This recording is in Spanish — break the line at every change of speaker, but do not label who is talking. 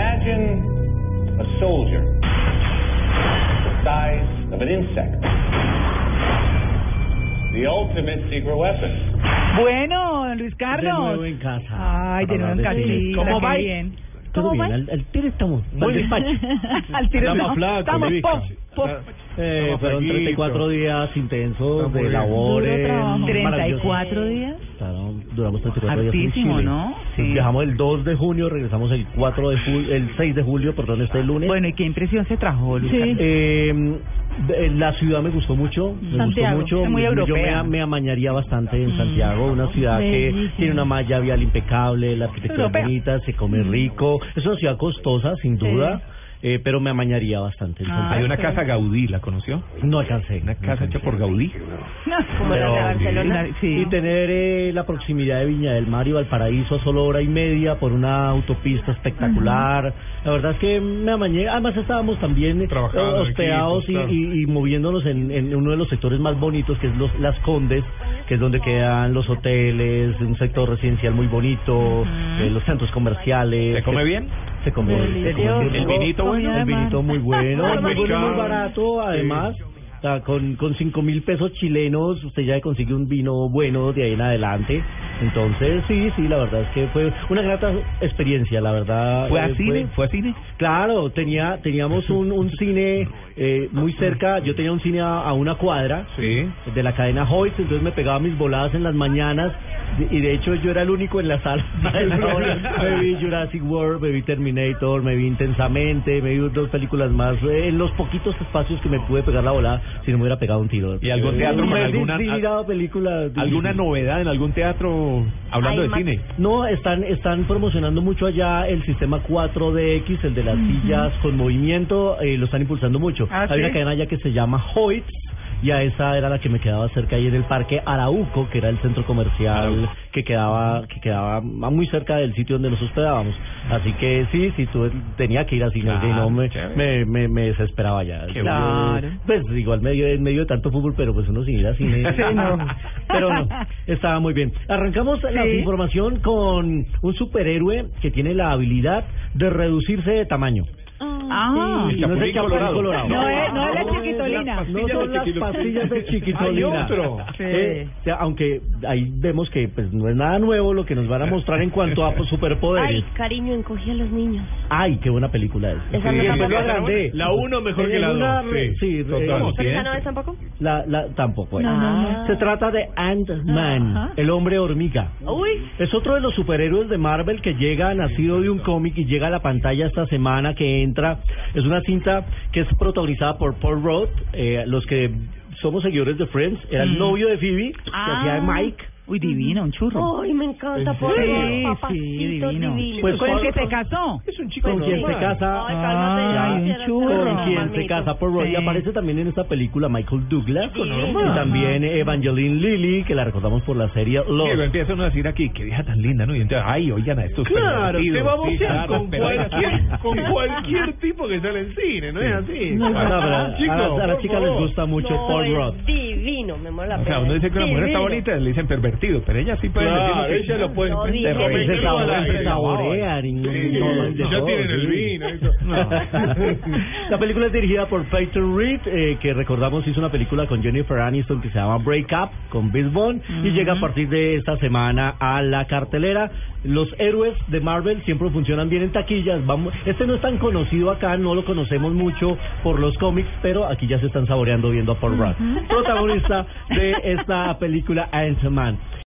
Imagine a soldier the size of an insect. The ultimate secret weapon.
Bueno, don Luis Carlos.
De nuevo en casa.
Ay, de nuevo en
Para hablar de cine.
casita.
¿Cómo
qué
va?
bien.
Todo
¿Cómo
bien,
va?
al, al tiro estamos. Al despacho.
Al tiro
Estamos
no.
flacos,
Estamos
Vivi.
pop, pop.
Eh,
Estamos
fueron
flaquitos.
34 días intensos
Estamos
de
bien.
labores.
Duro trabajo.
maravillosos.
34 días.
Claro, duramos 34 días en
Hartísimo,
Chile.
¿no? Sí.
Viajamos el 2 de junio, regresamos el 4 de julio, el 6 de julio, perdón, este lunes.
Bueno, ¿y qué impresión se trajo, Luis Carlos?
Eh, de- la ciudad me gustó mucho, me
Santiago,
gustó mucho.
es muy
yo
europea. Mm.
me, me amañaría bastante en Santiago, una ciudad que
Bellísimo.
tiene una malla vial impecable, la arquitectura es
Europea. Mm.
bonita, se come rico. Es una ciudad costosa, sin
Sí.
duda, eh, pero me amañaría bastante. en
Ah,
Santiago.
Hay una casa Gaudí, ¿la conoció?
No alcancé.
Una
no
casa hecha por Gaudí.
Como la de Barcelona. Sí.
Y tener eh, la proximidad de Viña del Mar y Valparaíso a solo hora y media por una autopista espectacular. La verdad es que me amañé. Además estábamos también eh,
Trabajando en
hospedados
equipo,
y, y- y moviéndonos en, en uno de los sectores más bonitos, que es los, Las Condes, que es donde quedan los hoteles, un sector residencial muy bonito, eh, los centros comerciales.
¿Se come bien?
Se come se come muy
¿El
rico.
vinito bueno?
El vinito muy bueno,
Muy
muy, bueno, muy
caro.
barato, además. o sea, con, con cinco mil pesos chilenos, usted ya consigue un vino bueno de ahí en adelante. Entonces, sí, sí, la verdad es que fue una grata experiencia, la verdad.
¿Fue a
eh,
cine? ¿Fue a cine?
Claro, tenía, teníamos un, un cine eh, muy cerca, yo tenía un cine a, a una cuadra
Sí.
de la cadena Hoyts, entonces me pegaba mis voladas en las mañanas y de hecho yo era el único en la sala. me vi Jurassic World, me vi Terminator, me vi Intensamente, me vi dos películas más, eh, en los poquitos espacios que me pude pegar la volada si no me hubiera pegado un tiro.
¿Y algún teatro
Un
con
mes
alguna-
sin ir a película?
¿Alguna novedad en algún teatro hablando
Hay
de
más-
cine?
No, están, están promocionando mucho allá el sistema 4DX, el de las sillas con movimiento, eh, lo están impulsando mucho.
Ah,
Hay
¿sí?
una cadena allá que se llama Hoyts. Y a esa era la que me quedaba cerca ahí en el parque Arauco, que era el centro comercial que quedaba que quedaba muy cerca del sitio donde nos hospedábamos. Así que sí, sí, tuve, tenía que ir así, no,
Ah,
Claro,
y no me,
chévere.
me, me, me desesperaba ya.
Qué
bueno.
Pues igual medio, en medio de tanto fútbol, pero pues uno sin ir a cine.
Sí, no.
Pero no, estaba muy bien. Arrancamos la
Sí.
información con un superhéroe que tiene la habilidad de reducirse de tamaño.
Ah.
El
Y no es el
Chapulín Colorado.
No es- no es la chiquitolina.
No son las pastillas de
Hay
chiquitolina.
otro.
Sí.
Eh, o sea, aunque ahí vemos que pues no es nada nuevo lo que nos van a mostrar en cuanto a pues, superpoderes.
Ay, cariño, encogí a los niños.
Ay, qué buena película es.
Esa no
Y
la
después lo
pasaron.
agrandé.
La uno mejor que
En
la dos,
una re-
sí.
Sí,
Total.
eh,
¿Cómo
¿Pero
tiene?
esa no es tampoco?
la, la, tampoco. eh.
No, no, no.
Se trata de Ant-Man,
Ajá.
el hombre hormiga.
Uy.
Es otro de los superhéroes de Marvel que llega, nacido de un cómic y llega a la pantalla esta semana que entra. Es una cinta que es protagonizada por Paul Rudd, eh, los que somos seguidores de Friends, era el novio de Phoebe,
Ah.
que hacía de Mike.
Uy, divino, un churro.
Ay, me encanta, por
Sí,
favor,
sí,
papacito
divino.
divino. Pues,
Pues
Con el
Paul-
que se casó.
Es un chico
Con quien se
normal.
casa,
Ay, cálmate,
Ay,
ya
un
quisiera ser
churro.
un
con
Normal,
quien se
mamito.
casa por Roy.
Sí.
Y aparece también en esta película Michael Douglas.
Sí.
Y también Evangeline Lilly, que la recordamos por la serie Lost.
Diego, empieza uno a decir aquí, qué vieja tan linda, ¿no? Y entonces, ay, oigan a estos
Claro,
pervertidos,
se va a bocear
sí,
con
claro, pero-
cualquier, con cualquier tipo que sale en cine, ¿no es así?
No, pero a,
Chico,
las- a las
por
chicas les
favor.
gusta mucho
No,
Paul
es
Rudd.
Divino, me mola.
O sea, uno dice que una mujer está bonita, le dicen pervertido, pero ella sí puede
Claro,
decir
ella lo puede
No,
enfrentar.
dije,
Se
Pero
saborean,
Sí,
se saborean y no-
sí,
no van de
ya
todo,
tienen
sí.
el vino. eso.
La película es dirigida por Peter Reed, eh, que recordamos hizo una película con Jennifer Aniston que se llama Break Up con Vince Vaughn y llega a partir de esta semana a la cartelera. Los héroes de Marvel siempre funcionan bien en taquillas. Vamos, este no es tan conocido acá, no lo conocemos mucho por los cómics, pero aquí ya se están saboreando viendo a Paul Rudd, protagonista de esta película Ant-Man.